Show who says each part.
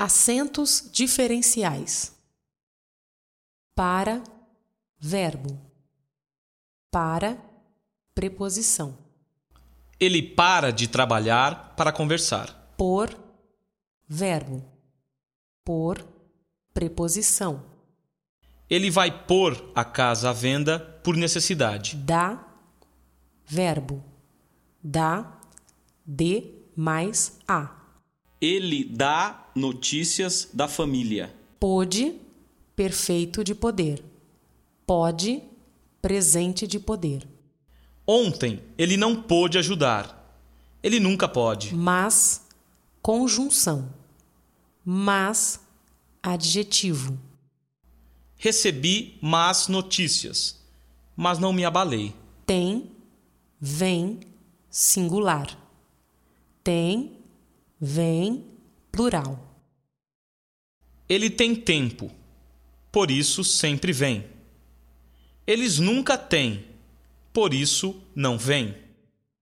Speaker 1: Acentos diferenciais. Para, verbo. Para, preposição.
Speaker 2: Ele para de trabalhar para conversar.
Speaker 1: Por, verbo. Por, preposição.
Speaker 2: Ele vai pôr a casa à venda por necessidade.
Speaker 1: Da, verbo. Da, de mais a.
Speaker 3: Ele dá notícias da família.
Speaker 1: Pode, perfeito de poder. Pode, presente de poder.
Speaker 2: Ontem ele não pôde ajudar. Ele nunca pode.
Speaker 1: Mas, conjunção. Mas, adjetivo.
Speaker 2: Recebi más notícias, mas não me abalei.
Speaker 1: Tem, vem, singular. Tem, vem, plural.
Speaker 2: Ele tem tempo, por isso sempre vem. Eles nunca têm, por isso não vêm.